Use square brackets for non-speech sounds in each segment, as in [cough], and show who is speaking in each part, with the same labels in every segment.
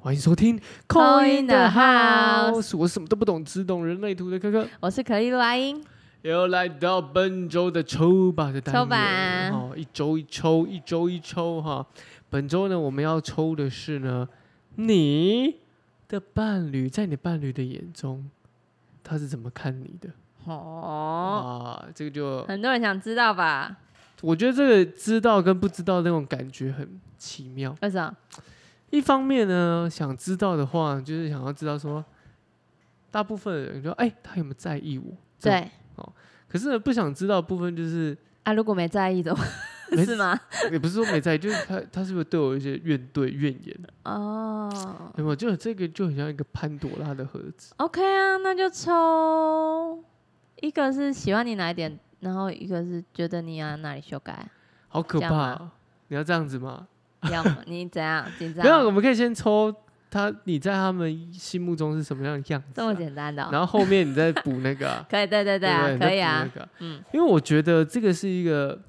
Speaker 1: 欢迎收听《
Speaker 2: Call in the House
Speaker 1: 我什么都不懂，只懂人类图的科科，
Speaker 2: 我是可丽露阿英，
Speaker 1: 又来到本周的抽吧的单元
Speaker 2: 抽吧
Speaker 1: 哦，一周一抽，一周一抽哈。本周呢，我们要抽的是呢，你的伴侣在你伴侣的眼中，他是怎么看你的？
Speaker 2: 哦，
Speaker 1: 啊，这个就
Speaker 2: 很多人想知道吧？
Speaker 1: 我觉得这个知道跟不知道那种感觉很奇妙。
Speaker 2: 为什么？
Speaker 1: 一方面呢，想知道的话，就是想要知道说，大部分人就哎、他有没有在意我？这种。
Speaker 2: 对
Speaker 1: 可是呢，不想知道的部分就是， [laughs]
Speaker 2: 啊，如果没在意的话，
Speaker 1: 没
Speaker 2: 是吗？
Speaker 1: 也不是说没在意，就是他他是不是对我有一些怨怼怨言？啊
Speaker 2: 哦
Speaker 1: 有没有？就这个就很像一个潘朵拉的盒子。
Speaker 2: ，OK 啊，那就抽一个是喜欢你哪一点，然后一个是觉得你要哪里修改，
Speaker 1: 好可
Speaker 2: 这
Speaker 1: 怕
Speaker 2: 样吗
Speaker 1: 哦、你要这样子吗？
Speaker 2: 要么你怎样紧
Speaker 1: [laughs]
Speaker 2: 张
Speaker 1: 没？有，我们可以先抽他，你在他们心目中是什么样的样子
Speaker 2: 这
Speaker 1: 啊、
Speaker 2: 么简单的哦，
Speaker 1: 然后后面你再补那个啊、
Speaker 2: 可以，对对对啊，
Speaker 1: 不
Speaker 2: 可以
Speaker 1: 再
Speaker 2: 啊
Speaker 1: 补，那个
Speaker 2: 嗯，
Speaker 1: 因为我觉得这个是一个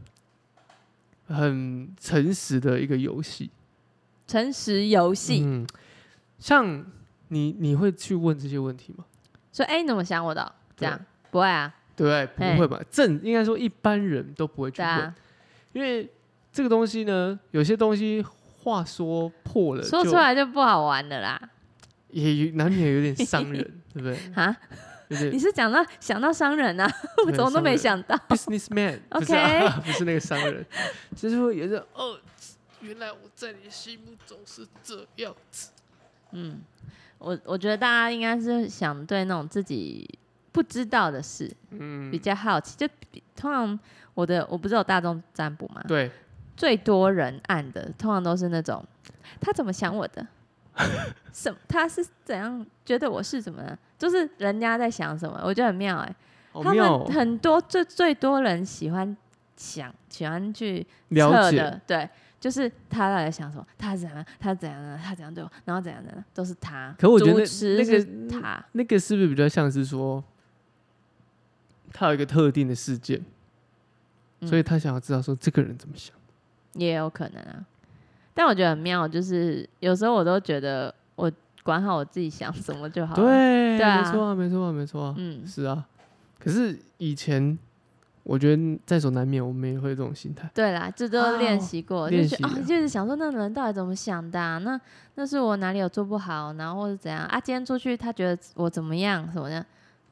Speaker 1: 很诚实的一个游戏。
Speaker 2: 诚实游戏。
Speaker 1: 嗯，像你你会去问这些问题吗？
Speaker 2: 说哎，你怎么想我的哦？这
Speaker 1: 对
Speaker 2: 样不会啊？
Speaker 1: 对不对？不
Speaker 2: 嘿
Speaker 1: 会吧？正应该说一般人都不会去
Speaker 2: 对
Speaker 1: 问，
Speaker 2: 啊，
Speaker 1: 因为这个东西呢，有些东西话说破了，
Speaker 2: 说出来就不好玩了啦。
Speaker 1: 也有难免有点伤
Speaker 2: [laughs]
Speaker 1: 人，对不对？
Speaker 2: 啊，
Speaker 1: 有
Speaker 2: [laughs] 你
Speaker 1: 点
Speaker 2: 是讲到想到商人啊？ [laughs] 我
Speaker 1: 对
Speaker 2: 怎么都
Speaker 1: 商人
Speaker 2: 没想到。 [laughs]
Speaker 1: businessman，不是、啊、
Speaker 2: OK
Speaker 1: [laughs] 不是那个商人，就是会有点哦，原来我在你心目中是这样子。
Speaker 2: 嗯，我我觉得大家应该是想对那种自己不知道的事
Speaker 1: 嗯
Speaker 2: 比，较好奇，就比通常我的我不是有大众占卜吗？
Speaker 1: 对，
Speaker 2: 最多人按的通常都是那种他怎么想我的， [laughs] 什么他是怎样觉得我是怎么的，就是人家在想什么，我觉得很妙哎、
Speaker 1: 好
Speaker 2: 他
Speaker 1: 妙、
Speaker 2: 们
Speaker 1: 哦，
Speaker 2: 很多最最多人喜欢想喜欢去
Speaker 1: 了
Speaker 2: 测
Speaker 1: 解，
Speaker 2: 的，对，就是他到底在想什么，他是怎样，他怎样的，他怎样对我，然后怎样的，都是他。
Speaker 1: 可我觉得
Speaker 2: 主
Speaker 1: 那
Speaker 2: 持
Speaker 1: 那个
Speaker 2: 是他，
Speaker 1: 那个是不是比较像是说，他有一个特定的事件，
Speaker 2: 嗯
Speaker 1: 所以他想要知道说这个人怎么想。
Speaker 2: 也有可能啊。但我觉得很妙，就是有时候我都觉得我管好我自己想什么就好了。，
Speaker 1: 对，
Speaker 2: 对啊
Speaker 1: 没错啊，没错啊，没错啊，
Speaker 2: 嗯，
Speaker 1: 是啊。可是以前我觉得在所难免，我们也会有这种心态。
Speaker 2: 对啦，这都练习过，
Speaker 1: 哦
Speaker 2: 就
Speaker 1: 练
Speaker 2: 是
Speaker 1: 习
Speaker 2: 哦
Speaker 1: 了，
Speaker 2: 就是想说那人到底怎么想的啊、那那是我哪里有做不好，然后或者怎样啊？今天出去他觉得我怎么样，什么样，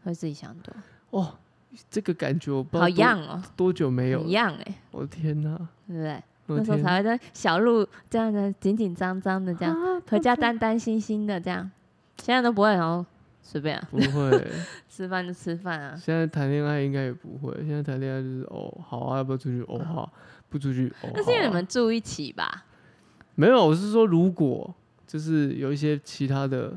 Speaker 2: 会自己想很多，
Speaker 1: 哦，这个感觉我不知道
Speaker 2: 好
Speaker 1: 多
Speaker 2: 样哦，
Speaker 1: 多久没有
Speaker 2: 很
Speaker 1: 了。
Speaker 2: 样哎、
Speaker 1: 我的天哪、
Speaker 2: 对不对？
Speaker 1: 我
Speaker 2: 那
Speaker 1: 的
Speaker 2: 时候
Speaker 1: 天
Speaker 2: 才会在小路这样的紧紧张张的这样，回家担担心心的这样，现在都不会然后随便啊，
Speaker 1: 不会，
Speaker 2: 吃饭就吃饭啊，
Speaker 1: 现在谈恋爱应该也不会。现在谈恋爱就是哦，好啊，要不要出去？哦，好啊，不出去哦。
Speaker 2: 那是因
Speaker 1: 好
Speaker 2: 为
Speaker 1: 啊
Speaker 2: 你们住一起吧？
Speaker 1: 没有，我是说，如果就是有一些其他的，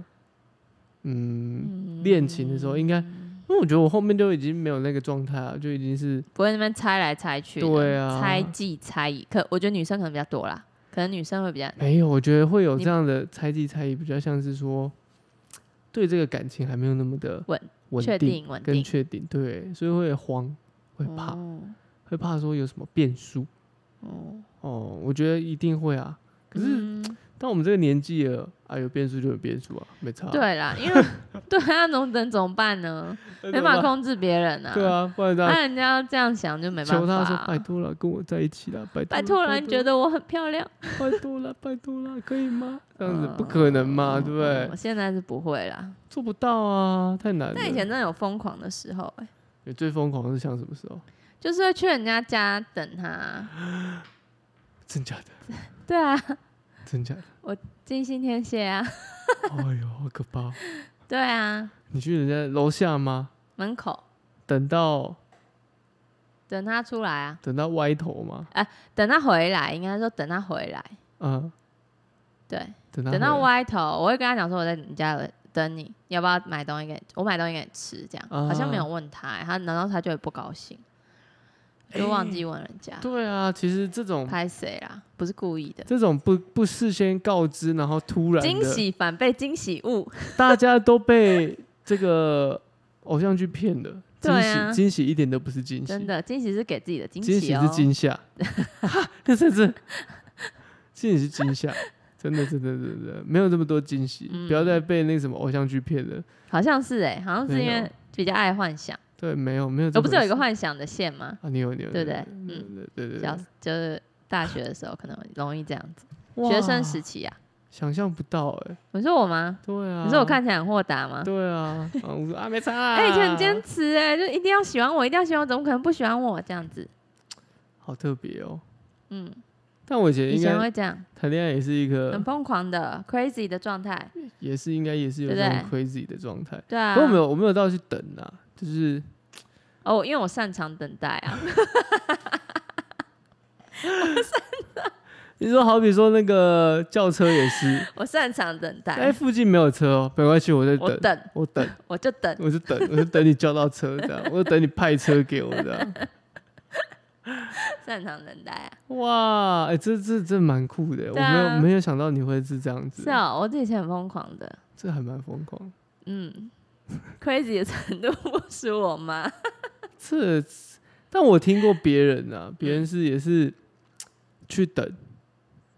Speaker 1: 嗯，
Speaker 2: 嗯
Speaker 1: 恋情的时候应该因为我觉得我后面就已经没有那个状态了，就已经是
Speaker 2: 不会那边猜来猜去的，
Speaker 1: 对啊
Speaker 2: 猜忌猜疑，可我觉得女生可能比较多啦，可能女生会比较
Speaker 1: 没有。我觉得会有这样的猜忌猜疑，比较像是说对这个感情还没有那么的
Speaker 2: 稳
Speaker 1: 稳
Speaker 2: 确定稳
Speaker 1: 跟
Speaker 2: 定，
Speaker 1: 确定，对，所以会慌，会怕，
Speaker 2: 哦
Speaker 1: 会怕说有什么变数。
Speaker 2: 哦，
Speaker 1: 哦，我觉得一定会啊。可是
Speaker 2: 嗯
Speaker 1: 到我们这个年纪了，啊，有变数就有变数啊，没差。，[laughs]
Speaker 2: 对啦，因为对啊，能能怎么办呢？没办法。控制别人啊，
Speaker 1: 对，啊，不然大家
Speaker 2: 那人家这样想就没办
Speaker 1: 求他
Speaker 2: 法
Speaker 1: 说：“拜
Speaker 2: 啊。
Speaker 1: 托了，跟我在一起了，拜托
Speaker 2: 拜
Speaker 1: 啦，
Speaker 2: 托了，你觉
Speaker 1: 得
Speaker 2: 得我很漂亮？
Speaker 1: 拜托了，拜托了，可以吗？”这样子
Speaker 2: 嗯
Speaker 1: 不可能嘛，对不对
Speaker 2: 我？现在是不会啦，
Speaker 1: 做不到啊，太难
Speaker 2: 但以前
Speaker 1: 了。
Speaker 2: 真的有疯狂的时候、欸，
Speaker 1: 你最疯狂的是像什么时候？
Speaker 2: 就是会去人家家等他。
Speaker 1: 真假的，
Speaker 2: 对啊，
Speaker 1: 真假的，
Speaker 2: 金星天蝎啊，
Speaker 1: 哎呦，好可怕！
Speaker 2: 对啊，
Speaker 1: 你去人家楼下吗？
Speaker 2: 门口
Speaker 1: 等到
Speaker 2: 等他出来啊，
Speaker 1: 等到歪头吗？
Speaker 2: 等他回来，应该说等他回来，
Speaker 1: 嗯，
Speaker 2: 对，
Speaker 1: 等到
Speaker 2: 等到
Speaker 1: 回
Speaker 2: 歪头，我会跟他讲说我在你家有等你，要不要买东西给你我买东西给你吃，这样、
Speaker 1: 啊
Speaker 2: 好像没有问他、欸他难道他就会不高兴，就忘
Speaker 1: 哎
Speaker 2: 记问人家，
Speaker 1: 对啊，其实这种
Speaker 2: 拍谁啦？不是故意的，
Speaker 1: 这种不不事先告知，然后突然的
Speaker 2: 惊，喜反被惊喜物，
Speaker 1: 大家都被这个偶像剧骗了。惊
Speaker 2: 对啊
Speaker 1: 喜，惊喜一点都不是惊喜，
Speaker 2: 真的惊喜哦是给自己的惊
Speaker 1: 惊喜
Speaker 2: [laughs] 喜哦，
Speaker 1: 是惊吓，哈那真是惊喜是惊吓，真的真的真的没有这么多惊喜，
Speaker 2: 嗯
Speaker 1: 不要再被那什么偶像剧骗了。
Speaker 2: 好像是哎、好像是因
Speaker 1: 没
Speaker 2: 为
Speaker 1: 有
Speaker 2: 比较爱幻想，
Speaker 1: 对，没有没有这
Speaker 2: 我
Speaker 1: 回事，
Speaker 2: 哦不是有一个幻想的线吗？
Speaker 1: 啊，你有你有，
Speaker 2: 对不对嗯
Speaker 1: 对？对对对
Speaker 2: 小
Speaker 1: 对
Speaker 2: 就是大学的时候可能容易这样子，
Speaker 1: 对，
Speaker 2: 学生时
Speaker 1: 哇
Speaker 2: 期啊。
Speaker 1: 想象不到哎，
Speaker 2: 你说我吗？
Speaker 1: 对啊，
Speaker 2: 你说我看起来很豁达吗？
Speaker 1: 对啊，啊我说啊没差啊，
Speaker 2: 哎、以前很坚持哎、就一定要喜欢我，一定要喜欢我，怎么可能不喜欢我这样子？
Speaker 1: 好特别哦。
Speaker 2: 嗯，
Speaker 1: 但我以前
Speaker 2: 以
Speaker 1: 应
Speaker 2: 前
Speaker 1: 该
Speaker 2: 会这样，
Speaker 1: 谈恋爱也是一
Speaker 2: 很
Speaker 1: 个，
Speaker 2: 疯狂的 crazy 的状态，
Speaker 1: 也是应该也是有这
Speaker 2: 对
Speaker 1: 种
Speaker 2: 不
Speaker 1: crazy 的状态。
Speaker 2: 对啊。
Speaker 1: 可我没有，我没有到去等啊，就是
Speaker 2: 哦，因为我擅长等待啊，
Speaker 1: [laughs] 你说好比说那个轿车也是，
Speaker 2: 我擅长等
Speaker 1: 哎，
Speaker 2: 待，
Speaker 1: 附近没有车哦，没关系，我在
Speaker 2: 我
Speaker 1: 等，
Speaker 2: 等
Speaker 1: 我等，
Speaker 2: 我就等，
Speaker 1: 我是等，我是等你叫到车这
Speaker 2: [laughs]
Speaker 1: 样，我就等你派车给我这样。
Speaker 2: 擅长等待啊。
Speaker 1: 哇，哎，这这这蛮酷的，我
Speaker 2: 对
Speaker 1: 没
Speaker 2: 啊
Speaker 1: 有没有想到你会是这样子
Speaker 2: 是，哦，我以前很疯狂的，
Speaker 1: 这还蛮疯狂。
Speaker 2: 嗯，crazy 的程度不输我妈。
Speaker 1: 这，但我听过别人啊，别人
Speaker 2: 嗯
Speaker 1: 是也是去等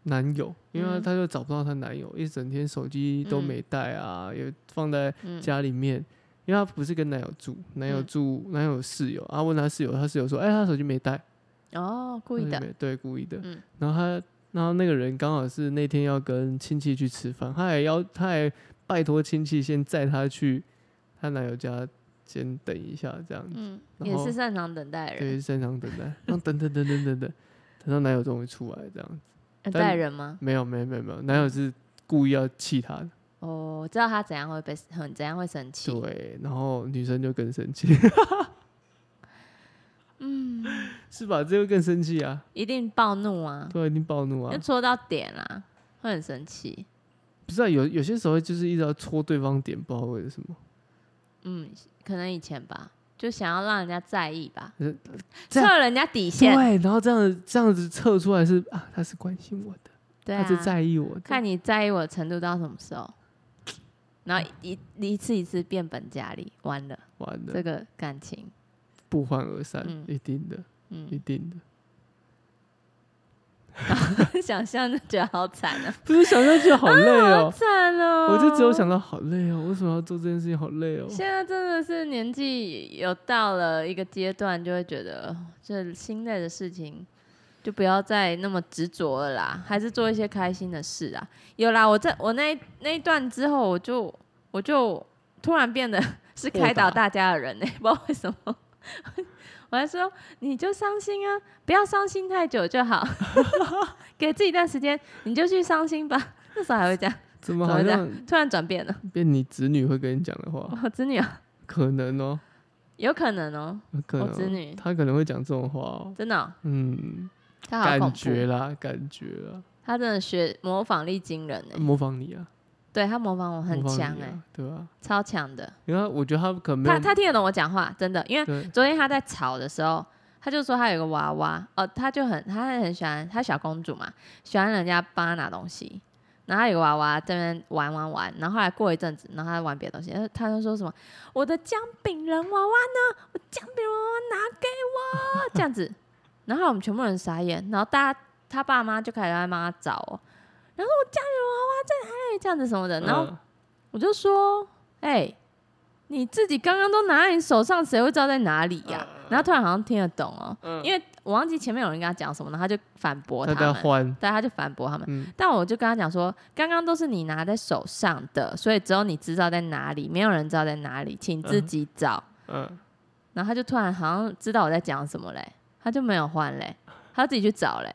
Speaker 1: 男友，因为
Speaker 2: 嗯
Speaker 1: 她就找不到她男友，一整天手机都
Speaker 2: 嗯
Speaker 1: 没带啊，也放在
Speaker 2: 嗯，
Speaker 1: 家里面。因为她不是跟男友住，男友
Speaker 2: 嗯
Speaker 1: 住，男友有室友啊，问她室友，她室友说，哎、她手机没带，
Speaker 2: [laughs] 哦，故意
Speaker 1: 她
Speaker 2: 的
Speaker 1: 就，没，对，故意的。
Speaker 2: 嗯
Speaker 1: 然后她，然后那个人刚好是那天要跟亲戚去吃饭，她还要，她还拜托亲戚先载她去她男友家，先等一下这样子。
Speaker 2: 嗯，
Speaker 1: 然
Speaker 2: 也
Speaker 1: 后
Speaker 2: 是擅长等待的人，
Speaker 1: 对，擅长等待，然后等等等等等等，等到男友终于出来，这样
Speaker 2: 呃
Speaker 1: 但
Speaker 2: 待人吗？
Speaker 1: 没有没有没有没有，男友是故意要气她的，
Speaker 2: 哦，我知道他怎样会被很怎样会生气，
Speaker 1: 对，然后女生就更生气，
Speaker 2: 嗯，
Speaker 1: 是吧？这会更生气啊，
Speaker 2: 一定暴怒啊，
Speaker 1: 对啊，一定暴怒啊
Speaker 2: 就，戳到点啊，会很生气。
Speaker 1: 不是啊，有有些时候就是一直要戳对方点，不知道为什么，
Speaker 2: 嗯，可能以前吧，就想要让人家在意吧
Speaker 1: 呃，这样
Speaker 2: 测人家底
Speaker 1: 对啊
Speaker 2: 线，，
Speaker 1: 然后这样子这样子测出来是啊，他是关心我的，
Speaker 2: 对
Speaker 1: 他是
Speaker 2: 啊，
Speaker 1: 在意我的，
Speaker 2: 看你在意我的程度到什么时候，然
Speaker 1: 嗯
Speaker 2: 后一一次一次变本加厉，完了
Speaker 1: 完了
Speaker 2: 这个感情，
Speaker 1: 不欢而散，
Speaker 2: 嗯
Speaker 1: 一定的，一
Speaker 2: 嗯，
Speaker 1: 定的，
Speaker 2: [laughs] 想象就觉得好惨啊，
Speaker 1: 不是想象就好累哦、
Speaker 2: [laughs] 惨哦，
Speaker 1: 我就只有。想到好累哦、为什么要做这件事情？好累哦、
Speaker 2: 现在真的是年纪有到了一个阶段，就会觉得哦这心累的事情就不要再那么执着了啦，还是做一些开心的事啊。有啦，我在我那一那一段之后，我就我就突然变得 [laughs] 是开导
Speaker 1: 豁达
Speaker 2: 大家的人呢、 [laughs] 不知道为什么。我还说你就伤心啊，不要伤心太久就好， [laughs] 给自己一段时间，你就去伤心吧。那时候还会这样，
Speaker 1: 怎么
Speaker 2: 怎么
Speaker 1: 好
Speaker 2: 会这
Speaker 1: 像
Speaker 2: 样？突然转变了，
Speaker 1: 变你子女会跟你讲的话？
Speaker 2: 我子女啊，
Speaker 1: 可能哦、
Speaker 2: 有可能哦、
Speaker 1: 有可能
Speaker 2: 我子
Speaker 1: 哦、
Speaker 2: 女
Speaker 1: 他可能会讲这种话哦、
Speaker 2: 真的哦、
Speaker 1: 嗯，
Speaker 2: 他好恐
Speaker 1: 感觉
Speaker 2: 怖，
Speaker 1: 啦，感觉啦，
Speaker 2: 他真的学模仿力惊人哎、
Speaker 1: 模仿你啊，
Speaker 2: 对他模仿我很
Speaker 1: 模仿
Speaker 2: 强
Speaker 1: 你
Speaker 2: 哎、
Speaker 1: 啊，对吧、
Speaker 2: 超强的。
Speaker 1: 因为他我觉得他可能没有
Speaker 2: 他他听得懂我讲话，真的，因为
Speaker 1: 对
Speaker 2: 昨天他在吵的时候，他就说他有个娃娃，哦，他就很他很喜欢他小公主嘛，喜欢人家帮他拿东西。然后他有个娃娃在那边玩玩玩，然后后来过一阵子，然后他玩别的东西，呃他就说什么我的姜饼人娃娃呢？我姜饼人娃娃拿给我这样子，然后我们全部人傻眼，然后大家他爸妈就开始在帮他找哦，然后我姜饼人娃娃在哪里？这样子什么的，然后
Speaker 1: 嗯
Speaker 2: 我就说：“哎、你自己刚刚都拿在你手上，谁会知道在哪里呀、然后突然好像听得懂哦、
Speaker 1: 嗯
Speaker 2: 因为我忘记前面有人跟他讲什么，然后他就反驳
Speaker 1: 他
Speaker 2: 他
Speaker 1: 在
Speaker 2: 们，
Speaker 1: 换，
Speaker 2: 对，他就反驳他们。
Speaker 1: 嗯，
Speaker 2: 但我就跟他讲说，刚刚都是你拿在手上的，所以只有你知道在哪里，没有人知道在哪里，请自己找。
Speaker 1: 嗯，
Speaker 2: 然后他就突然好像知道我在讲什么嘞，他就没有换嘞，他自己去找嘞，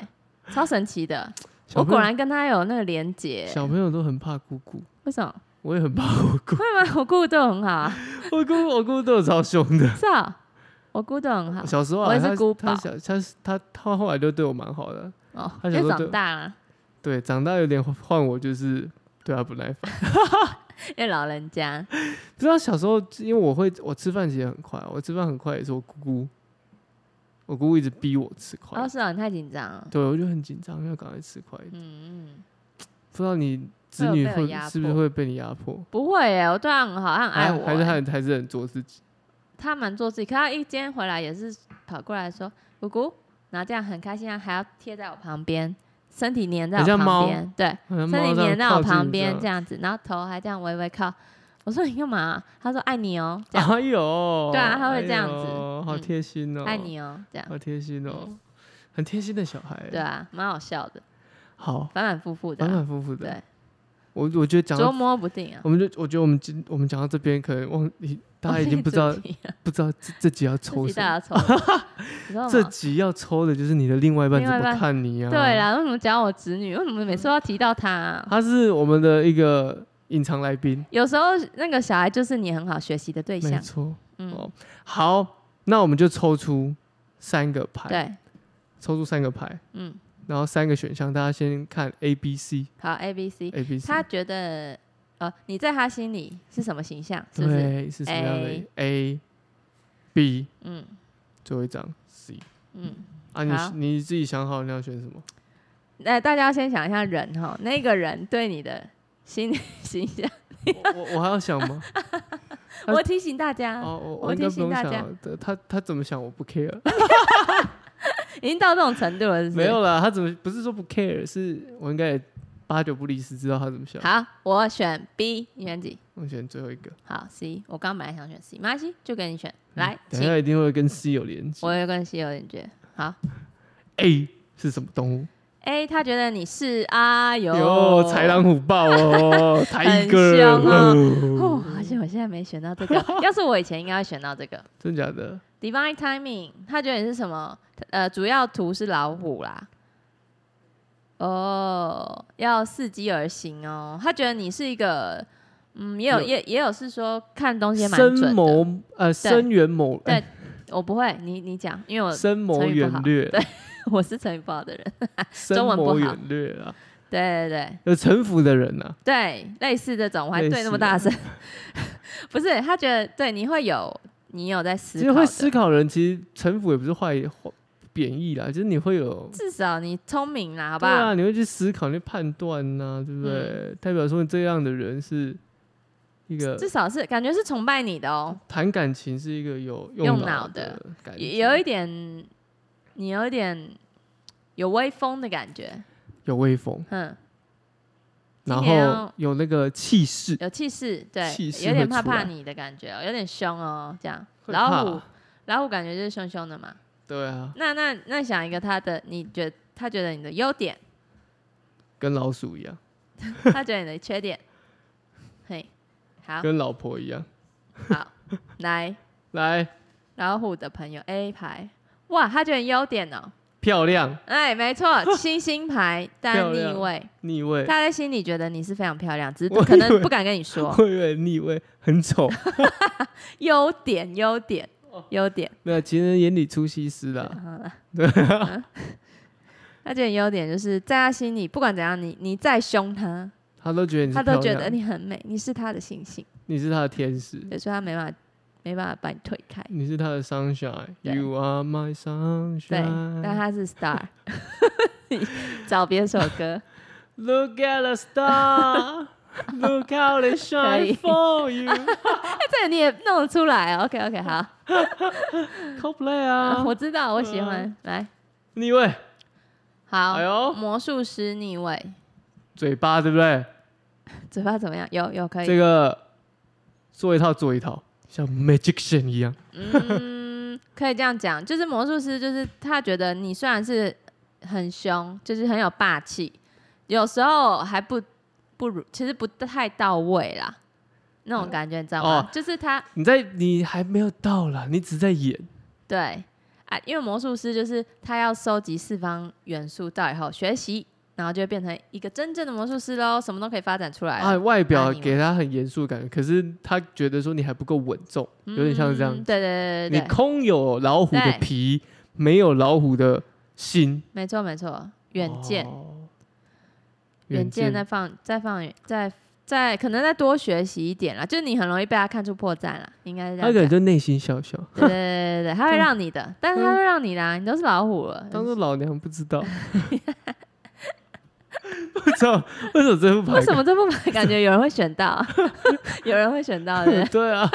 Speaker 2: 超神奇的。
Speaker 1: 小
Speaker 2: 我
Speaker 1: 朋友
Speaker 2: 果然跟他有那个连结，
Speaker 1: 小朋友都很怕姑姑，
Speaker 2: 为什么？ [laughs]
Speaker 1: 我也很怕我姑，
Speaker 2: 会吗？我姑姑对我很好啊。
Speaker 1: 我姑我姑对我超凶的。
Speaker 2: 是啊，我姑都很好
Speaker 1: 小时候、
Speaker 2: 我
Speaker 1: 啊、
Speaker 2: 也是
Speaker 1: 他
Speaker 2: 姑
Speaker 1: 他
Speaker 2: 宝
Speaker 1: 小他他他后来就对我蛮好的，
Speaker 2: 哦，
Speaker 1: 他
Speaker 2: 因
Speaker 1: 小时
Speaker 2: 为
Speaker 1: 候对
Speaker 2: 长大了，
Speaker 1: 对，长大有点换我就是对他不耐烦。 [laughs]
Speaker 2: 因为老人家，
Speaker 1: 不知道小时候，因为我会我吃饭其实很快，啊我吃饭很快也是我姑姑，我姑姑一直逼我吃快，
Speaker 2: 然后是啊，你太紧张了，
Speaker 1: 对我就很紧张，要赶快吃快一点。
Speaker 2: 嗯嗯，
Speaker 1: 不知道你子女
Speaker 2: 会
Speaker 1: 会
Speaker 2: 有被我压迫
Speaker 1: 是不是会被你压迫？
Speaker 2: 不会耶，我对他很好，他很爱
Speaker 1: 还
Speaker 2: 我欸
Speaker 1: 还是他
Speaker 2: 耶，
Speaker 1: 很还是很做自己？
Speaker 2: 他蛮做自己，可他一今天回来也是跑过来说，姑姑，然后这样很开心啊，还要贴在我旁边。身体粘在
Speaker 1: 很
Speaker 2: 我
Speaker 1: 像
Speaker 2: 旁
Speaker 1: 猫
Speaker 2: 边，对，
Speaker 1: 身
Speaker 2: 身体粘在我旁边这样子，然后头还这样微微靠。我说你干嘛、他说爱你哦，这样、
Speaker 1: 哎呦，
Speaker 2: 对啊它会这样子
Speaker 1: 哎呦好
Speaker 2: 嗯
Speaker 1: 贴心哦，
Speaker 2: 爱，你哦，这样
Speaker 1: 好贴心哦，很贴心的小孩，
Speaker 2: 对，啊，蛮好笑的，
Speaker 1: 好，
Speaker 2: 反反复复的
Speaker 1: 反
Speaker 2: 啊、
Speaker 1: 反复复的，
Speaker 2: 对，
Speaker 1: 我我觉得讲
Speaker 2: 捉
Speaker 1: 到，
Speaker 2: 摸不定啊。
Speaker 1: 我们就我觉得我们今我们讲到这边，可能忘你大家已经不知道
Speaker 2: [laughs] 忘记主题了
Speaker 1: 不知道这这集要
Speaker 2: 自
Speaker 1: 抽
Speaker 2: 己
Speaker 1: 什
Speaker 2: 大
Speaker 1: 么，[laughs]
Speaker 2: 家抽，你知道
Speaker 1: 这
Speaker 2: 吗？
Speaker 1: 集要抽的就是你的另外一半
Speaker 2: 另
Speaker 1: 怎
Speaker 2: 外一
Speaker 1: 么
Speaker 2: 半
Speaker 1: 看你啊，
Speaker 2: 对，啦，为什么讲我侄女？为什么每次都要提到她啊、
Speaker 1: 他是我们的一个隐藏来宾，
Speaker 2: 有时候那个小孩就是你很好学习的对
Speaker 1: 没
Speaker 2: 象，
Speaker 1: 错，
Speaker 2: 嗯，
Speaker 1: 哦，好，那我们就抽出三个牌，
Speaker 2: 对，
Speaker 1: 抽出三个牌，
Speaker 2: 嗯，
Speaker 1: 然后三个选项，大家先看 A、B、C、
Speaker 2: 好，A B C，
Speaker 1: A、B、C，
Speaker 2: 他觉得呃，你在他心里是什么形象？是不是？
Speaker 1: 对是什么样的 A、B，
Speaker 2: 嗯
Speaker 1: 最后一张 C
Speaker 2: 嗯，
Speaker 1: 啊，
Speaker 2: 好
Speaker 1: 你你自己想好你要选什
Speaker 2: [laughs]
Speaker 1: 么？
Speaker 2: 那、大家先想一下人哈，那个人对你的心理 [laughs] 形象，
Speaker 1: 我我我还要想
Speaker 2: [laughs]
Speaker 1: 吗？他
Speaker 2: 我提醒大家，
Speaker 1: 哦，我
Speaker 2: 嗯我
Speaker 1: 应该
Speaker 2: 提
Speaker 1: 不
Speaker 2: 醒
Speaker 1: 用
Speaker 2: 大
Speaker 1: 想
Speaker 2: 家
Speaker 1: 了，对他他怎么想我不 care，
Speaker 2: [laughs] 已经到这种程度了，是不是？
Speaker 1: 没有啦，他怎么不是说不 care，是我应该也八九不离十知道他怎么想。
Speaker 2: 好，我选 B，你选几？
Speaker 1: 我选最后一个，
Speaker 2: 好，C。我刚本来想选 C，没关系，就给你选。
Speaker 1: 嗯
Speaker 2: 来，
Speaker 1: 等一
Speaker 2: 请。
Speaker 1: 下一定会跟 C 有连接。
Speaker 2: 我有跟 C 有点觉。好
Speaker 1: A 是什么动物？
Speaker 2: ，A 他觉得你是啊有
Speaker 1: 哟，豺狼虎豹
Speaker 2: [laughs]
Speaker 1: 哦，抬一个，
Speaker 2: 很凶啊哦
Speaker 1: 哦，
Speaker 2: 而且我现在没选到这
Speaker 1: [laughs]
Speaker 2: 个，要是我以前应该会选到这个。
Speaker 1: 真假的？
Speaker 2: Divine Timing，他觉得你是什么？呃，主要图是老虎啦。哦，要伺机而行哦。他觉得你是一个，嗯，也有
Speaker 1: 有
Speaker 2: 也也有是说看东西也蛮
Speaker 1: 深
Speaker 2: 准的。
Speaker 1: 谋呃，深远谋，
Speaker 2: 对
Speaker 1: 哎
Speaker 2: 我不会，你你讲，因为
Speaker 1: 深谋
Speaker 2: 成语不
Speaker 1: 远
Speaker 2: 好
Speaker 1: 略，
Speaker 2: [laughs] 我我是成语不好的人。
Speaker 1: 深
Speaker 2: 中文不好
Speaker 1: 谋远略啊，
Speaker 2: 对对对
Speaker 1: 有城府的人啊呐，
Speaker 2: 对，类似这种，我还
Speaker 1: 类
Speaker 2: 对那么
Speaker 1: 似的
Speaker 2: 大声， [laughs] 不是他觉得对你会有你有在思
Speaker 1: 其
Speaker 2: 考
Speaker 1: 实
Speaker 2: 的，
Speaker 1: 会思考的人，其实城府也不是坏坏贬义啦，就是你会有。
Speaker 2: 至少你聪明啦，好不
Speaker 1: 对
Speaker 2: 好？
Speaker 1: 啊，你会去思考、去判断呐、对不对？代表说你这样的人是一个
Speaker 2: 至少是感觉是崇拜你的哦，
Speaker 1: 谈感情是一个有
Speaker 2: 用
Speaker 1: 脑
Speaker 2: 脑的
Speaker 1: 感觉，
Speaker 2: 有有一点，你有一点有威风的感觉，
Speaker 1: 有威风，
Speaker 2: 嗯，今
Speaker 1: 然
Speaker 2: 年
Speaker 1: 后
Speaker 2: 哦
Speaker 1: 有那个气势，
Speaker 2: 有气势，对
Speaker 1: 气，势
Speaker 2: 有点
Speaker 1: 会
Speaker 2: 怕
Speaker 1: 出
Speaker 2: 怕
Speaker 1: 来
Speaker 2: 你的感觉哦，有点凶哦，这样。
Speaker 1: 会
Speaker 2: 老
Speaker 1: 怕
Speaker 2: 虎，老虎感觉就是凶凶的嘛。
Speaker 1: 对啊，
Speaker 2: 那那那想一个他的，你觉他觉得你的优点，
Speaker 1: 跟老鼠一样，
Speaker 2: 他觉得你的缺点，嘿，好
Speaker 1: 跟老婆一样。
Speaker 2: 好，来
Speaker 1: 来，
Speaker 2: 老虎的朋友 A 牌，哇，他觉得你优点哦，
Speaker 1: 漂亮，
Speaker 2: 哎，没
Speaker 1: [laughs]
Speaker 2: 错，星星牌单
Speaker 1: 漂
Speaker 2: 逆
Speaker 1: 亮
Speaker 2: 位。
Speaker 1: 逆位，
Speaker 2: 他在心里觉得你是非常漂亮，只是
Speaker 1: 我以
Speaker 2: 可能
Speaker 1: 为
Speaker 2: 不敢跟你说。
Speaker 1: [laughs] 会不会逆位很丑？ [laughs]
Speaker 2: 优点，优点，
Speaker 1: 哦
Speaker 2: 优点。
Speaker 1: 没有，情人眼里出西施啦。
Speaker 2: 好了，嗯 [laughs] 他觉得优点就是在他心里，不管怎样，你你再凶他，
Speaker 1: 他都觉得你是
Speaker 2: 他
Speaker 1: 漂
Speaker 2: 都
Speaker 1: 亮，
Speaker 2: 觉得你很美，你是他的星星，
Speaker 1: 你是他的天使，
Speaker 2: 对所以他没办法没办法把你推开。
Speaker 1: 你是他的 sunshine，you
Speaker 2: 对
Speaker 1: are my
Speaker 2: 对，但
Speaker 1: sunshine。
Speaker 2: 他是 star。找别首歌，
Speaker 1: Look at the
Speaker 2: [laughs]
Speaker 1: star, look how they
Speaker 2: 可以
Speaker 1: shine for
Speaker 2: [laughs]
Speaker 1: you.
Speaker 2: 哎，这个你也弄得出来哦。OK OK，好，
Speaker 1: Coldplay 啊，
Speaker 2: 我知道，我喜欢。来，
Speaker 1: 逆位，哎
Speaker 2: 好，
Speaker 1: 呦
Speaker 2: 魔术师逆位，
Speaker 1: 嘴巴对不对？
Speaker 2: 嘴巴怎么样？有有可以
Speaker 1: 这。个做一套做一套，像 magician 一样。
Speaker 2: 嗯，可以这样讲，就是魔术师，就是他觉得你虽然是很凶，就是很有霸气，有时候还不不如，其实不太到位啦，那种感觉你知道吗？
Speaker 1: 哦
Speaker 2: 就是他
Speaker 1: 你在你还没有到啦，你只是在演。
Speaker 2: 对啊，因为魔术师就是他要收集四方元素到以后学习，然后就会变成一个真正的魔术师喽，什么都可以发展出来了
Speaker 1: 啊，外表
Speaker 2: 安妮
Speaker 1: 给他很严肃的感觉，可是他觉得说你还不够稳重，有点像是这样
Speaker 2: 嗯，对对对对
Speaker 1: 你
Speaker 2: 对，
Speaker 1: 空有老虎的
Speaker 2: 对
Speaker 1: 皮，没有老虎的心。
Speaker 2: 没错没错，远见。
Speaker 1: 哦
Speaker 2: 远见再放再放远再再可能再多学习一点啦，就是你很容易被他看出破绽啦，应该是这
Speaker 1: 他可能
Speaker 2: 样
Speaker 1: 就
Speaker 2: 讲。
Speaker 1: 内心笑笑，
Speaker 2: 对对对对对，他会让你的，但是他
Speaker 1: 嗯
Speaker 2: 会让你的、啊，你都是老虎了。
Speaker 1: 当做老娘不知
Speaker 2: [laughs]
Speaker 1: 道。不知道为什么这副牌
Speaker 2: 为什么这
Speaker 1: [laughs]
Speaker 2: 不买？感觉有人会选到， [laughs]
Speaker 1: 啊
Speaker 2: 有人会选到，对不
Speaker 1: 感？
Speaker 2: 对？
Speaker 1: 对啊，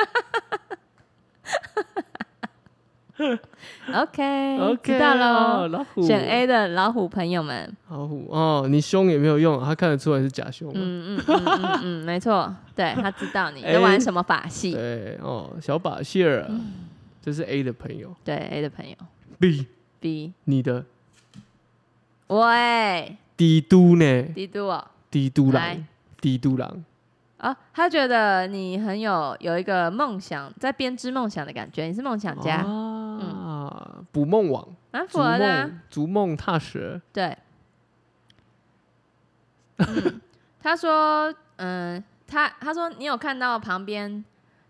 Speaker 2: OK，,
Speaker 1: OK，
Speaker 2: 哎知道
Speaker 1: 哦
Speaker 2: 喽。
Speaker 1: 老虎
Speaker 2: 选 A 的老虎朋友们，
Speaker 1: 老虎哦，你凶也没有用，他看得出来是假凶。
Speaker 2: 嗯嗯嗯嗯嗯，没错，对他知道
Speaker 1: [laughs]
Speaker 2: 你
Speaker 1: 哎
Speaker 2: 在玩什么法系。
Speaker 1: 对哦，小把戏儿，
Speaker 2: 嗯
Speaker 1: 这是 A 的朋友
Speaker 2: 对 A 的朋友
Speaker 1: ，B
Speaker 2: B，
Speaker 1: 你的
Speaker 2: 喂，
Speaker 1: 帝都呢？
Speaker 2: 帝都哦，
Speaker 1: 帝都
Speaker 2: 来
Speaker 1: 狼，帝都狼，
Speaker 2: 哦，他觉得你很有有一个梦想，在编织梦想的感觉，你是梦想家，嗯
Speaker 1: 啊，捕梦网，
Speaker 2: 蛮符
Speaker 1: 逐
Speaker 2: 合的啊、
Speaker 1: 哦梦逐梦踏实，
Speaker 2: 对，嗯，
Speaker 1: [laughs]
Speaker 2: 他说，嗯，他他说你有看到旁边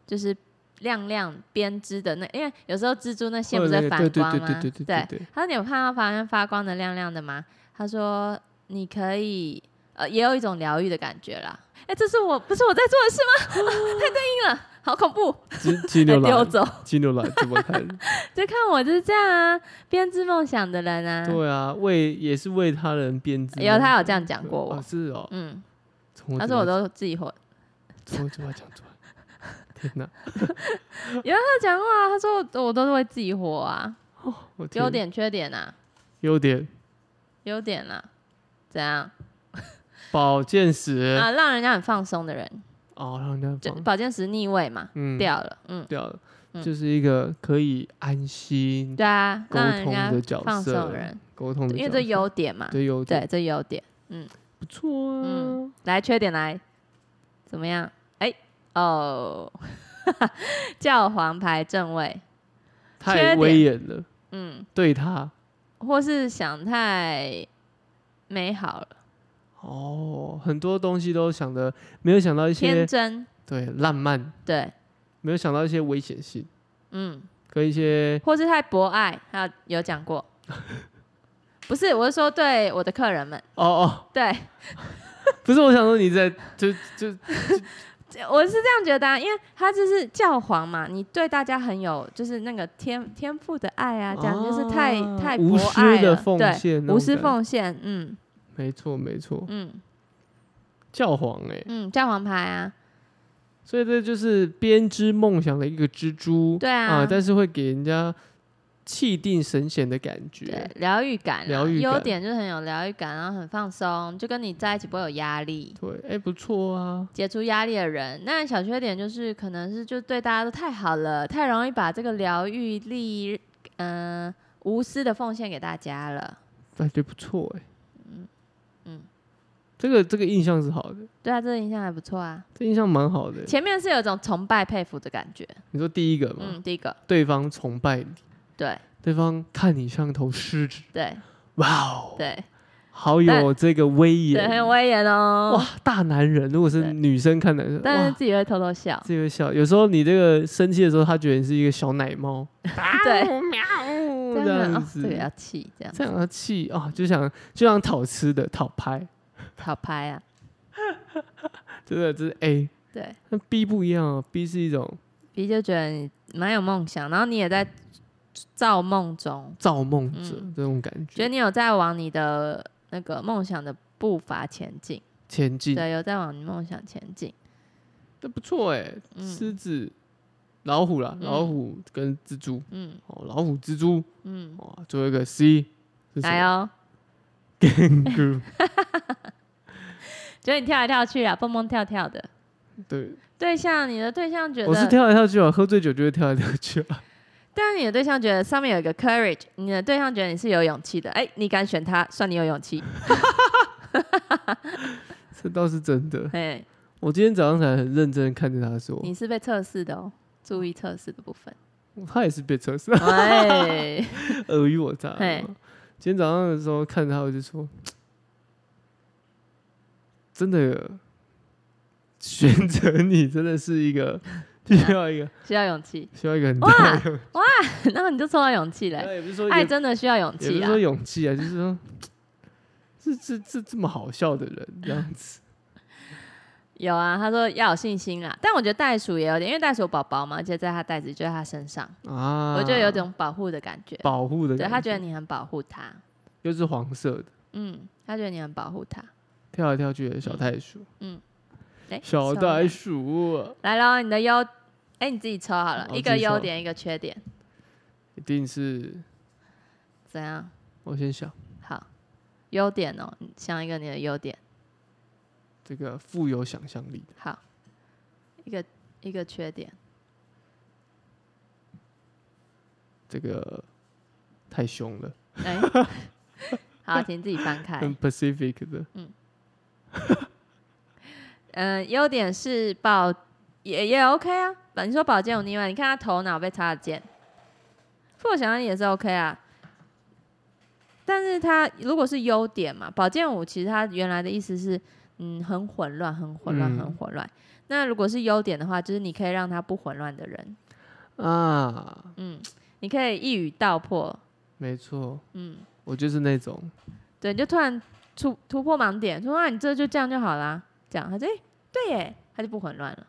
Speaker 2: 就是亮亮编织的那，因为有时候蜘蛛那线不
Speaker 1: 或
Speaker 2: 是
Speaker 1: 者
Speaker 2: 会
Speaker 1: 哦那
Speaker 2: 反
Speaker 1: 个对
Speaker 2: 光吗？
Speaker 1: 对对对对对对，
Speaker 2: 他说你有看到旁边发光的亮亮的吗？他说你可以，呃，也有一种疗愈的感觉啦。哎、这是我不是我在做的事吗？ [laughs] 太对应了，好恐怖，
Speaker 1: 金金
Speaker 2: 被
Speaker 1: 牛
Speaker 2: 丢
Speaker 1: 狼， [laughs]
Speaker 2: 走。
Speaker 1: 金牛狼怎么看？
Speaker 2: 就看我就是这样啊，编织梦想的人啊。
Speaker 1: 对啊，为也是为他人编织梦想。
Speaker 2: 有他有这样讲过我
Speaker 1: 哦是哦，
Speaker 2: 嗯，
Speaker 1: 从
Speaker 2: 他
Speaker 1: 我
Speaker 2: 说我
Speaker 1: 嘴巴
Speaker 2: 都自己混。
Speaker 1: 从我嘴巴讲出来，天哪，
Speaker 2: 他讲话，啊他说我我都是会自己活啊，
Speaker 1: 我
Speaker 2: 优
Speaker 1: 天
Speaker 2: 点缺点啊，
Speaker 1: 优点，
Speaker 2: 优点啊，怎样
Speaker 1: 保健室
Speaker 2: 啊？让人家很放松的人，
Speaker 1: 哦，让人家
Speaker 2: 就
Speaker 1: 放
Speaker 2: 保健食逆位嘛，
Speaker 1: 嗯
Speaker 2: 掉了，嗯，
Speaker 1: 掉了，
Speaker 2: 嗯
Speaker 1: 就是一个可以安心
Speaker 2: 对啊，
Speaker 1: 沟
Speaker 2: 让人
Speaker 1: 通的
Speaker 2: 家
Speaker 1: 角
Speaker 2: 放松
Speaker 1: 色
Speaker 2: 的人，
Speaker 1: 沟通的角色，
Speaker 2: 因为这优点嘛，
Speaker 1: 对优
Speaker 2: 对
Speaker 1: 点，，
Speaker 2: 这优点。
Speaker 1: 不错啊
Speaker 2: 嗯，来，缺点来，怎么样？哎，哦， [laughs] 教皇牌正位，
Speaker 1: 太
Speaker 2: 缺
Speaker 1: 威
Speaker 2: 点
Speaker 1: 严了，
Speaker 2: 嗯，
Speaker 1: 对他
Speaker 2: 或是想太美好了，
Speaker 1: 哦，很多东西都想的没有想到一
Speaker 2: 天
Speaker 1: 些
Speaker 2: 真，
Speaker 1: 对浪漫，
Speaker 2: 对，
Speaker 1: 没有想到一些危险性
Speaker 2: 嗯。
Speaker 1: 跟一些
Speaker 2: 或是太博爱，他有讲过。 [laughs] 不是，我是说对我的客人们，
Speaker 1: 哦哦。
Speaker 2: 对
Speaker 1: [laughs] 不是，我想说你在就就
Speaker 2: 我是这样觉得、啊，因为他就是教皇嘛，你对大家很有就是那个天天赋的爱啊，这样、就是太
Speaker 1: 啊
Speaker 2: 太
Speaker 1: 无
Speaker 2: 博
Speaker 1: 私
Speaker 2: 爱
Speaker 1: 的
Speaker 2: 了，
Speaker 1: 奉
Speaker 2: 对，
Speaker 1: 献，
Speaker 2: 无私，奉献，嗯
Speaker 1: 没错没错，
Speaker 2: 嗯
Speaker 1: 教皇哎、
Speaker 2: 嗯，教皇牌啊，
Speaker 1: 所以这就是编织梦想的一个蜘蛛，
Speaker 2: 对啊
Speaker 1: 啊、但是会给人家气定神闲的感
Speaker 2: 对
Speaker 1: 觉，，
Speaker 2: 疗愈感啊，
Speaker 1: 疗愈
Speaker 2: 优
Speaker 1: 感
Speaker 2: 点就是很有疗愈感，然后很放松，就跟你在一起不会有压力，
Speaker 1: 对，哎、不错啊，
Speaker 2: 解除压力的人。那小缺点就是，可能是就对大家都太好了，太容易把这个疗愈力，嗯、无私的奉献给大家了。
Speaker 1: 感觉不错哎、嗯
Speaker 2: 嗯
Speaker 1: 这个这个印象是好的，
Speaker 2: 对啊，这个印象还不错啊。
Speaker 1: 这印象蛮好的、
Speaker 2: 前面是有一种崇拜、佩服的感觉。
Speaker 1: 你说第一个嘛，
Speaker 2: 嗯，第一个，
Speaker 1: 对方崇拜你，
Speaker 2: 对
Speaker 1: 对方看你像头狮子，
Speaker 2: 对
Speaker 1: 哇哦，
Speaker 2: 对
Speaker 1: 好有这个威
Speaker 2: 对，很
Speaker 1: 严
Speaker 2: 有。威严哦。
Speaker 1: 哇，大男人，如果是
Speaker 2: 对
Speaker 1: 女生看男生，
Speaker 2: 但是
Speaker 1: 哇，
Speaker 2: 自己会偷偷笑。
Speaker 1: 这个笑。有时候你这个生气的时候，他觉得你是一个小奶猫，
Speaker 2: 对，
Speaker 1: 喵啊这
Speaker 2: 但是
Speaker 1: 样
Speaker 2: 哦，这个要
Speaker 1: 子，
Speaker 2: 气，这样
Speaker 1: 这样要气啊，就想就想讨吃的，讨拍，
Speaker 2: 好拍啊。
Speaker 1: 真的这是 A。
Speaker 2: 对
Speaker 1: 那 B 不一样啊，B 是一种
Speaker 2: ，B 就觉得你蛮有梦想，然后你也在造梦中，
Speaker 1: 造梦者
Speaker 2: 嗯
Speaker 1: 这种感
Speaker 2: 觉得
Speaker 1: 觉，
Speaker 2: 你有在往你的那个梦想的步伐前进，
Speaker 1: 前进，
Speaker 2: 对，有在往你梦想前进。
Speaker 1: 这不错哎。
Speaker 2: 嗯
Speaker 1: 狮子、老虎啦，
Speaker 2: 嗯
Speaker 1: 老虎跟蜘蛛
Speaker 2: 嗯
Speaker 1: 哦，老虎、蜘蛛
Speaker 2: 嗯，
Speaker 1: 哦，最后一个 C 是什
Speaker 2: 来
Speaker 1: 么
Speaker 2: 哦，
Speaker 1: ？Kangaroo
Speaker 2: 觉得你跳来跳去啊，蹦蹦跳跳的。
Speaker 1: [laughs] 对，
Speaker 2: 对象，你的对象觉
Speaker 1: 我是
Speaker 2: 得，
Speaker 1: 跳来跳去啊，喝醉酒就会跳来跳去啊。
Speaker 2: 但是你的对象觉得上面有一个 courage，你的对象觉得你是有勇气的，哎，你敢选他，算你有
Speaker 1: [laughs]
Speaker 2: 勇气。
Speaker 1: [laughs] 这倒是真的。
Speaker 2: 哎，
Speaker 1: 我今天早上才很认真地看着他说，
Speaker 2: 你是被测试的哦，注意测试的部分。
Speaker 1: 他也是被车死，
Speaker 2: 哎，
Speaker 1: [laughs] 尔虞我诈嘛。
Speaker 2: 嘿
Speaker 1: 今天早上的时候看着他，我就说，真的选择你真的是一
Speaker 2: [laughs]
Speaker 1: 个需要一个
Speaker 2: 需要勇气， [laughs]
Speaker 1: 需要一个很 [laughs] 大的勇
Speaker 2: 然后你就抽到勇
Speaker 1: [laughs]
Speaker 2: 气了。
Speaker 1: 气，也不是说
Speaker 2: 爱
Speaker 1: 也
Speaker 2: 真的需要勇
Speaker 1: 也不
Speaker 2: 气
Speaker 1: 是
Speaker 2: 啊
Speaker 1: 说！勇气啊，就是说。这这这这么好笑的人这样子，
Speaker 2: 有啊，他说要有信心啦。但我觉得袋鼠也有点，因为袋鼠有宝宝嘛，而且在它袋子就在它身上，
Speaker 1: 啊，
Speaker 2: [laughs] 我觉得有种保护的感觉。
Speaker 1: 保护的
Speaker 2: 对
Speaker 1: 感
Speaker 2: 他觉得你很保护他，
Speaker 1: 又是黄色的，
Speaker 2: 嗯，他觉得你很保护他。
Speaker 1: 跳来跳去的小袋鼠，
Speaker 2: 哎，
Speaker 1: 小
Speaker 2: 抽
Speaker 1: 袋
Speaker 2: 了
Speaker 1: 鼠，
Speaker 2: 来喽，你的优，哎，你自己抽好了，
Speaker 1: 哦
Speaker 2: 一个
Speaker 1: 自己抽
Speaker 2: 优点一个缺点。
Speaker 1: 一定是
Speaker 2: 怎样？
Speaker 1: 我先想
Speaker 2: 好，优点哦，你想一个你的优点。
Speaker 1: 这个富有想象力的，
Speaker 2: 好，一个一个缺点，
Speaker 1: 这个太凶了，
Speaker 2: 哎、好，请自己翻开。
Speaker 1: 很 Pacific 的，
Speaker 2: 嗯，优点是保也也 OK 啊。本你说保健有例外，你看他头脑被插了剑，富有想象力也是 OK 啊。但是他如果是优点嘛，保健舞其实它原来的意思是，嗯，很混乱，很混乱，很
Speaker 1: 嗯
Speaker 2: 混乱。那如果是优点的话，就是你可以让他不混乱的人，
Speaker 1: 啊，
Speaker 2: 嗯，你可以一语道破，
Speaker 1: 没错，
Speaker 2: 嗯，
Speaker 1: 我就是那种
Speaker 2: 对，你就突然突突破盲点，说啊，你这就这样就好啦，这样他就哎、对耶，他就不混乱了，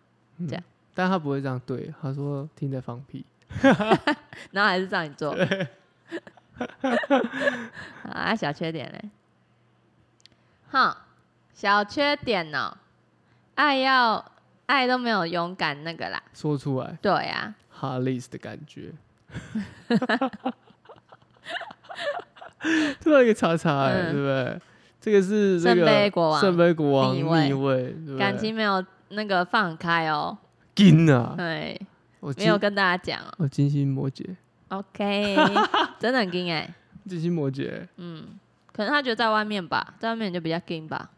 Speaker 1: 但他不会这样对，他说听在放屁，
Speaker 2: 然后还是让你做。 [laughs] 好啊，小缺点嘞，哼，小缺点哦，爱要爱都没有勇敢那个啦，
Speaker 1: 说出来
Speaker 2: 对啊呀、
Speaker 1: 哈 a 斯的感
Speaker 2: [laughs]
Speaker 1: 觉，突然一个叉叉、欸，对
Speaker 2: 嗯
Speaker 1: 不对？这个是这个
Speaker 2: 圣杯国王
Speaker 1: 圣杯国王
Speaker 2: 逆位
Speaker 1: 逆位，对不
Speaker 2: 感
Speaker 1: 对
Speaker 2: 情没有那个放开哦，
Speaker 1: 金啊，
Speaker 2: 对，
Speaker 1: 我
Speaker 2: 没
Speaker 1: 金啊
Speaker 2: 有跟大家讲哦
Speaker 1: 我金星摩羯， [laughs]
Speaker 2: ，OK，真的很硬哎、
Speaker 1: 金星摩羯
Speaker 2: 嗯，可能他觉得在外面吧，在外面你就比较硬吧，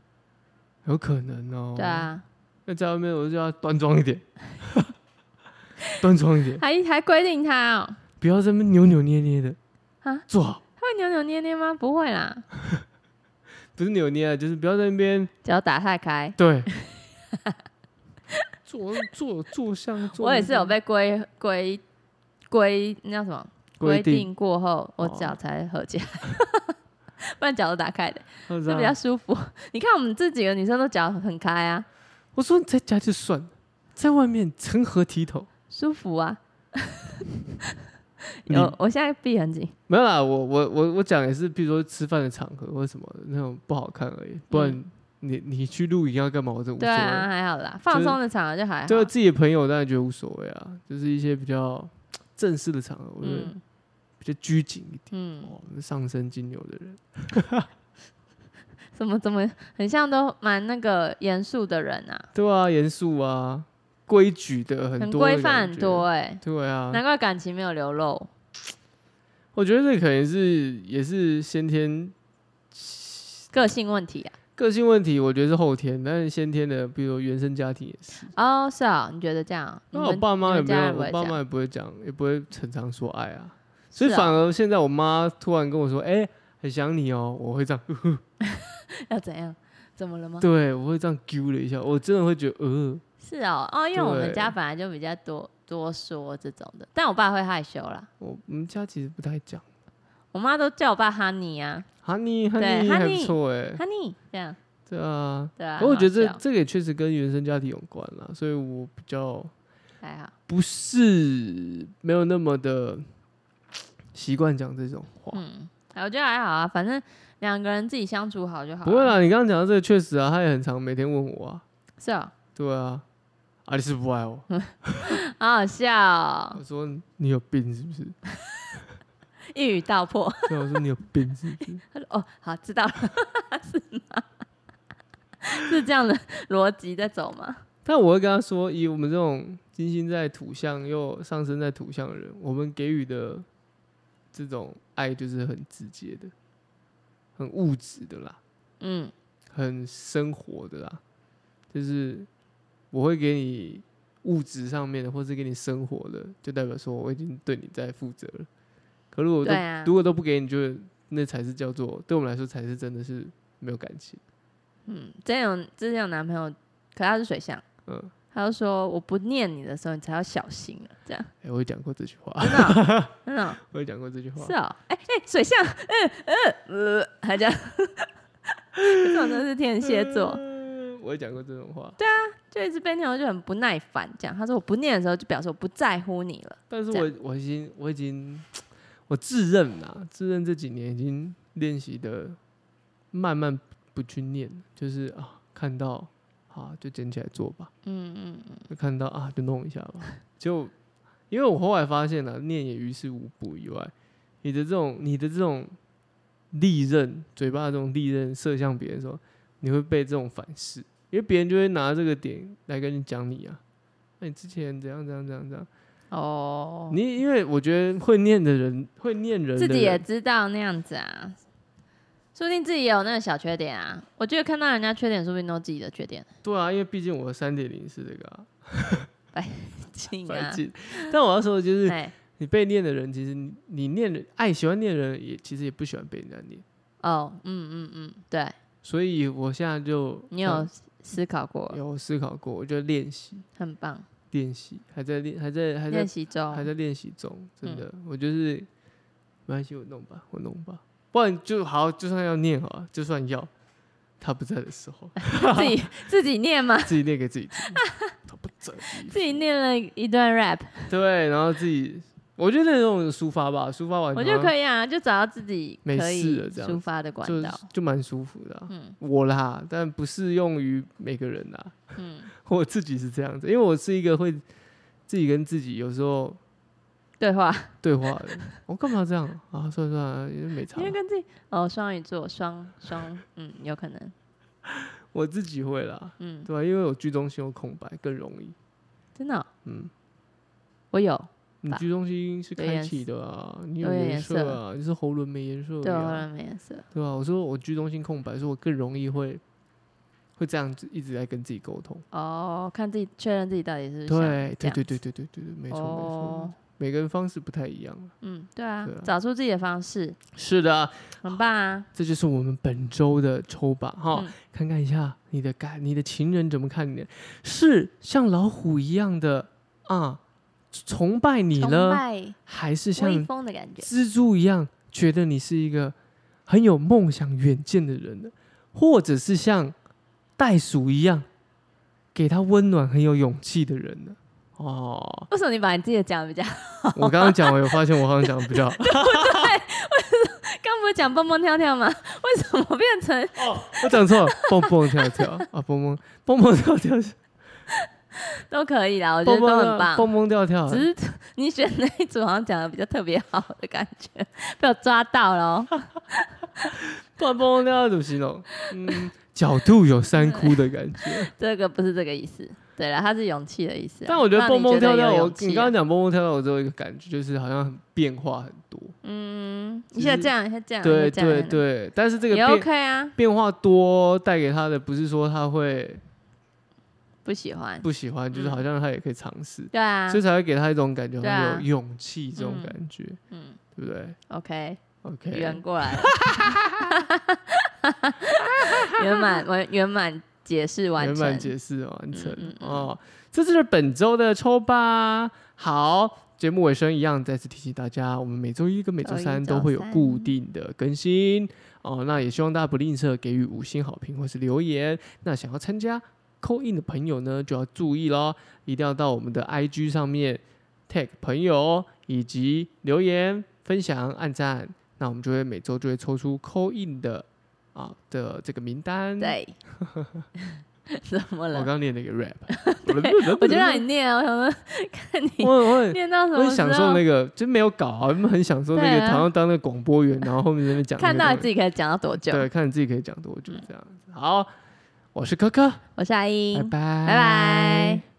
Speaker 1: 有可能哦、
Speaker 2: 对啊，
Speaker 1: 那在外面我就要端庄一点， [laughs] 端庄一点，
Speaker 2: 还还规定他哦，
Speaker 1: 不要这么扭扭捏捏的
Speaker 2: 啊
Speaker 1: 做好
Speaker 2: 他会扭扭捏捏吗？不会啦，
Speaker 1: 不是扭捏啊，就是不要在那边
Speaker 2: 只要打太开。 [laughs]
Speaker 1: 对做做做像做
Speaker 2: 我也
Speaker 1: 那
Speaker 2: 是有
Speaker 1: 个
Speaker 2: 被规规规那叫什么规
Speaker 1: 规定，
Speaker 2: 定过后，我
Speaker 1: 哦
Speaker 2: 脚才合家， [laughs] 不然脚都打开的，
Speaker 1: 他知
Speaker 2: 就
Speaker 1: 道
Speaker 2: 比较舒服。 [laughs] 你看我们这几个女生都脚很开啊，
Speaker 1: 我说在家就算了，在外面成何体统？
Speaker 2: 舒服啊。
Speaker 1: 你
Speaker 2: 有，我现在闭很紧，
Speaker 1: 没有啦，我我我我讲也是，比如说吃饭的场合或者什么的那种不好看而已，不然
Speaker 2: 嗯
Speaker 1: 你你去露营要干嘛？我真无所
Speaker 2: 对啊，
Speaker 1: 谓。
Speaker 2: 还好啦，放松的场合就还好。
Speaker 1: 就是自己的朋友当然觉得无所谓啊，就是一些比较正式的场合，我觉得
Speaker 2: 嗯
Speaker 1: 比较拘谨一点。
Speaker 2: 嗯，
Speaker 1: 哦，那上升金牛的人，
Speaker 2: 怎么怎么很像都蛮那个严肃的人啊，
Speaker 1: 对啊，严肃啊，规矩的很
Speaker 2: 很
Speaker 1: 多，
Speaker 2: 规范很多。哎，
Speaker 1: 对啊，
Speaker 2: 难怪感情没有流露。
Speaker 1: 我觉得这可能是也是先天
Speaker 2: 个性问题啊。
Speaker 1: 个性问题，我觉得是后天，但是先天的，比如说原生家庭也是。
Speaker 2: 哦，是啊，你觉得这样？
Speaker 1: 那
Speaker 2: 你
Speaker 1: 我
Speaker 2: 们
Speaker 1: 爸妈
Speaker 2: 你
Speaker 1: 也
Speaker 2: 们
Speaker 1: 没
Speaker 2: 家
Speaker 1: 有，
Speaker 2: 人不
Speaker 1: 我
Speaker 2: 会
Speaker 1: 爸妈
Speaker 2: 讲
Speaker 1: 也不会讲，也不会常常说爱啊，所以
Speaker 2: 是啊
Speaker 1: 反而现在我妈突然跟我说：“哎、很想你哦。”我会这样，
Speaker 2: 嗯要怎样？怎么了吗？
Speaker 1: 对我会这样揪了一下，我真的会觉得呃，
Speaker 2: 是哦，哦，因为我们
Speaker 1: 对
Speaker 2: 家本来就比较多多说这种的，但我爸会害羞啦。
Speaker 1: 我我们家其实不太讲。
Speaker 2: 我妈都叫我爸哈尼啊，
Speaker 1: Honey
Speaker 2: 对
Speaker 1: Honey 还不
Speaker 2: honey
Speaker 1: 错哎、
Speaker 2: 哈尼这样，
Speaker 1: 对啊。
Speaker 2: 欸对啊。
Speaker 1: 不过我觉得
Speaker 2: 很
Speaker 1: 这
Speaker 2: 好笑
Speaker 1: 这个也确实跟原生家庭有关啦，所以我比较
Speaker 2: 还好，
Speaker 1: 不是没有那么的习惯讲这种话。
Speaker 2: 嗯，哎我觉得还好啊，反正两个人自己相处好就好。
Speaker 1: 不会，啦，你刚刚讲到这个确实啊，他也很常每天问我啊，
Speaker 2: 是哦，
Speaker 1: 对啊，啊你是不爱我，
Speaker 2: 好好笑哦、
Speaker 1: 我说你有病是不是？
Speaker 2: 一语道破。 [laughs]
Speaker 1: 对啊，我说你有病是不是？
Speaker 2: 他说：“哦，好，知道了， [laughs] 是吗？是这样的逻辑在走吗？
Speaker 1: 但我会跟他说，以我们这种金星在土象又上升在土象的人，我们给予的这种爱就是很直接的，很物质的啦，
Speaker 2: 嗯，
Speaker 1: 很生活的啦，就是我会给你物质上面的，或是给你生活的，就代表说我已经对你在负责了。可如果我都、
Speaker 2: 对啊
Speaker 1: 如果都不给你，就那才是叫做对我们来说才是真的是没有感情。
Speaker 2: 嗯，之前有之前有男朋友，可他是水象，
Speaker 1: 嗯，
Speaker 2: 他就说我不念你的时候，你才要小心啊，这样
Speaker 1: 哎、我有讲过这句话， [laughs]
Speaker 2: 真的哦、真的哦、
Speaker 1: 我有讲过这句话 [laughs]
Speaker 2: 是。哦，哎、哎、水象，嗯嗯呃，还这样， [laughs] 可是我真的是天蝎座，
Speaker 1: 嗯我也讲过这种话，
Speaker 2: 就一直被念，我就很不耐烦，这样他说我不念的时候，就表示我不在乎你了，
Speaker 1: 但是我我已经我已经我自认啦，自认这几年已经练习的慢慢不去念，就是啊看到啊就捡起来做吧，
Speaker 2: 嗯嗯嗯，
Speaker 1: 就看到啊就弄一下吧，就因因为我后来发现了、念也于事无补以外，你的这种你的这种利刃，嘴巴的这种利刃射向别人的时候，你会被这种反噬，因为别人就会拿这个点来跟你讲你啊，那、你之前怎样怎样怎样怎样，
Speaker 2: 哦，
Speaker 1: 你因为我觉得会念的人会念人的
Speaker 2: 自己也
Speaker 1: 人，
Speaker 2: 知道那样子啊，说不定自己也有那个小缺点啊。我觉得看到人家缺点，说不定都自己的
Speaker 1: [laughs]
Speaker 2: 缺点，
Speaker 1: 对啊，因为毕竟我的三点零是这个、啊，
Speaker 2: 劲
Speaker 1: 白
Speaker 2: 啊，
Speaker 1: 金但我要说的就是，
Speaker 2: 哎，
Speaker 1: 你被念的人，其实你你念人爱喜欢念的人也其实也不喜欢被人家念，
Speaker 2: 哦，嗯嗯嗯，对
Speaker 1: 所以我现在就
Speaker 2: 你有
Speaker 1: 嗯
Speaker 2: 思考过，
Speaker 1: 有思考过，我就练习
Speaker 2: 很棒，
Speaker 1: 练习，还在练还在还
Speaker 2: 练
Speaker 1: 在
Speaker 2: 习嗯中
Speaker 1: 还在练习中，真的，我就是没关系，我弄吧，我弄吧，不然就好，就算要念好了，就算要他不在的时候，
Speaker 2: 自己自己念吗？
Speaker 1: 自己念给自
Speaker 2: [laughs]
Speaker 1: 己听，他不在的地方，
Speaker 2: 自己念了一段 rap，
Speaker 1: 对，然后自己，我觉得那种抒发吧，抒发完
Speaker 2: 我觉得
Speaker 1: 以
Speaker 2: 可以啊，就找到自己
Speaker 1: 没
Speaker 2: 可
Speaker 1: 事
Speaker 2: 以
Speaker 1: 了这样
Speaker 2: 抒发的管
Speaker 1: 就
Speaker 2: 道。
Speaker 1: 就蛮舒服的啊、
Speaker 2: 嗯
Speaker 1: 我啦，但不适用于每个人啦。
Speaker 2: 嗯，
Speaker 1: [laughs] 我自己是这样子，因为我是一个会自己跟自己有时候
Speaker 2: 对话，
Speaker 1: 对话的人。我干嘛这样啊？算了算了，也没差
Speaker 2: 因。为跟自己哦，双鱼座，双双，嗯，有可能，
Speaker 1: 我自己会啦，
Speaker 2: 嗯，
Speaker 1: 对吧、因为我居中心有空白，更容易。
Speaker 2: 真的哦、
Speaker 1: 嗯，
Speaker 2: 我有，
Speaker 1: 你
Speaker 2: 吧
Speaker 1: 居中心是
Speaker 2: 啊有
Speaker 1: 开
Speaker 2: 颜
Speaker 1: 启的啊，你
Speaker 2: 有
Speaker 1: 有
Speaker 2: 点
Speaker 1: 颜
Speaker 2: 颜
Speaker 1: 色啊，你是喉轮没颜色
Speaker 2: 对啊
Speaker 1: 的
Speaker 2: 我
Speaker 1: 呀、
Speaker 2: 后来没颜色，
Speaker 1: 对吧、啊我说我居中心空白，所以我更容易会会这样子一直在跟自己沟通。
Speaker 2: 哦，看自己确认自己到底是不是想
Speaker 1: 对对
Speaker 2: 这样
Speaker 1: 对对对对对，没错、没错
Speaker 2: 哦，，
Speaker 1: 每个人方式不太一样啊。
Speaker 2: 嗯，对啊
Speaker 1: 对啊，
Speaker 2: 找出自己的方式，
Speaker 1: 是的啊，
Speaker 2: 很棒啊，
Speaker 1: 这就是我们本周的抽榜哈，
Speaker 2: 嗯
Speaker 1: 看看一下你的感，你的情人怎么看你的？是像老虎一样的啊，崇拜你
Speaker 2: 崇
Speaker 1: 呢，
Speaker 2: 拜
Speaker 1: 还是
Speaker 2: 威
Speaker 1: 像
Speaker 2: 风的感觉，
Speaker 1: 蜘蛛一样觉得你是一个很有梦想、远见的人呢？或者是像袋鼠一样给他温暖、很有勇气的人呢？哦，
Speaker 2: 为什么你把你自己的讲得比较？ [laughs]
Speaker 1: 我刚刚讲完，有发现我好像讲的比较
Speaker 2: 刚不是讲蹦蹦跳跳吗？ [laughs] 为什么变成
Speaker 1: 哦，我讲错了，蹦蹦跳跳啊，蹦蹦蹦蹦跳跳。
Speaker 2: 都可以啦？我觉
Speaker 1: 蹦
Speaker 2: 得
Speaker 1: 蹦
Speaker 2: 都
Speaker 1: 跳
Speaker 2: 很棒，
Speaker 1: 蹦蹦跳跳
Speaker 2: 只。是 [laughs] 你选那一组好像讲的比较特别好的感觉，被我抓到了。哦
Speaker 1: 不然蹦蹦跳跳怎么形容？嗯，角度有三窟的感
Speaker 2: [laughs]
Speaker 1: 觉。
Speaker 2: 这个不是这个意思。对了，它是勇气的意思啊、
Speaker 1: 但我觉得
Speaker 2: 让你
Speaker 1: 蹦蹦跳
Speaker 2: 觉
Speaker 1: 跳，
Speaker 2: 得有
Speaker 1: 我
Speaker 2: 勇气啊
Speaker 1: 你刚刚讲蹦蹦跳跳，我只有一个感觉，就是好像很变化很多。
Speaker 2: 嗯，
Speaker 1: 其
Speaker 2: 一下
Speaker 1: 实
Speaker 2: 这样，一下这样，
Speaker 1: 对
Speaker 2: 一下这样
Speaker 1: 对，对，但是这个
Speaker 2: 也
Speaker 1: 变
Speaker 2: OK 啊，
Speaker 1: 变化多带给他的，不是说他会
Speaker 2: 不喜欢，
Speaker 1: 不喜欢，就是好像他也可以尝试，
Speaker 2: 对啊
Speaker 1: 所以，才会给他一种感觉，
Speaker 2: 对啊
Speaker 1: 很有勇气这种
Speaker 2: 嗯
Speaker 1: 感觉，
Speaker 2: 嗯
Speaker 1: 对不对 [laughs]
Speaker 2: ，OK，圆
Speaker 1: ？OK，
Speaker 2: 过来了， [laughs] 圆满，完圆满解释完
Speaker 1: 圆
Speaker 2: 成，
Speaker 1: 满解释完成、
Speaker 2: 嗯嗯嗯
Speaker 1: 哦。这就是本周的抽吧。好，节目尾声一样，再次提醒大家，我们每周一跟每周三
Speaker 2: 周一
Speaker 1: 都会有
Speaker 2: 周三
Speaker 1: 固定的更新哦。那也希望大家不吝啬给予五星好评或是留言。那想要参加扣印的朋友呢，就要注意喽，一定要到我们的 IG 上面 tag 朋友哦以及留言分享、按赞，那我们就会每周就会抽出扣印的啊的这个名单。 [laughs]
Speaker 2: 对， [laughs] 怎么
Speaker 1: 我
Speaker 2: 了？
Speaker 1: 刚念了一个
Speaker 2: [laughs]
Speaker 1: rap，
Speaker 2: 我就让你念啊，我想说， [laughs] 看你
Speaker 1: 我我很
Speaker 2: 念 [laughs] 到什
Speaker 1: 我
Speaker 2: 么
Speaker 1: 很
Speaker 2: 时
Speaker 1: 享受
Speaker 2: 候
Speaker 1: 那，个，就没有搞啊，我们很享受那个，
Speaker 2: [laughs] 对啊
Speaker 1: 好像当那个广播员，然后后面在那边讲那
Speaker 2: 看
Speaker 1: 个东西，
Speaker 2: 到你自己可以讲到多久。
Speaker 1: 对，看你自己可以讲多久这样子。好，我是柯柯，
Speaker 2: 我是阿英
Speaker 1: 拜拜，拜
Speaker 2: 嗯拜拜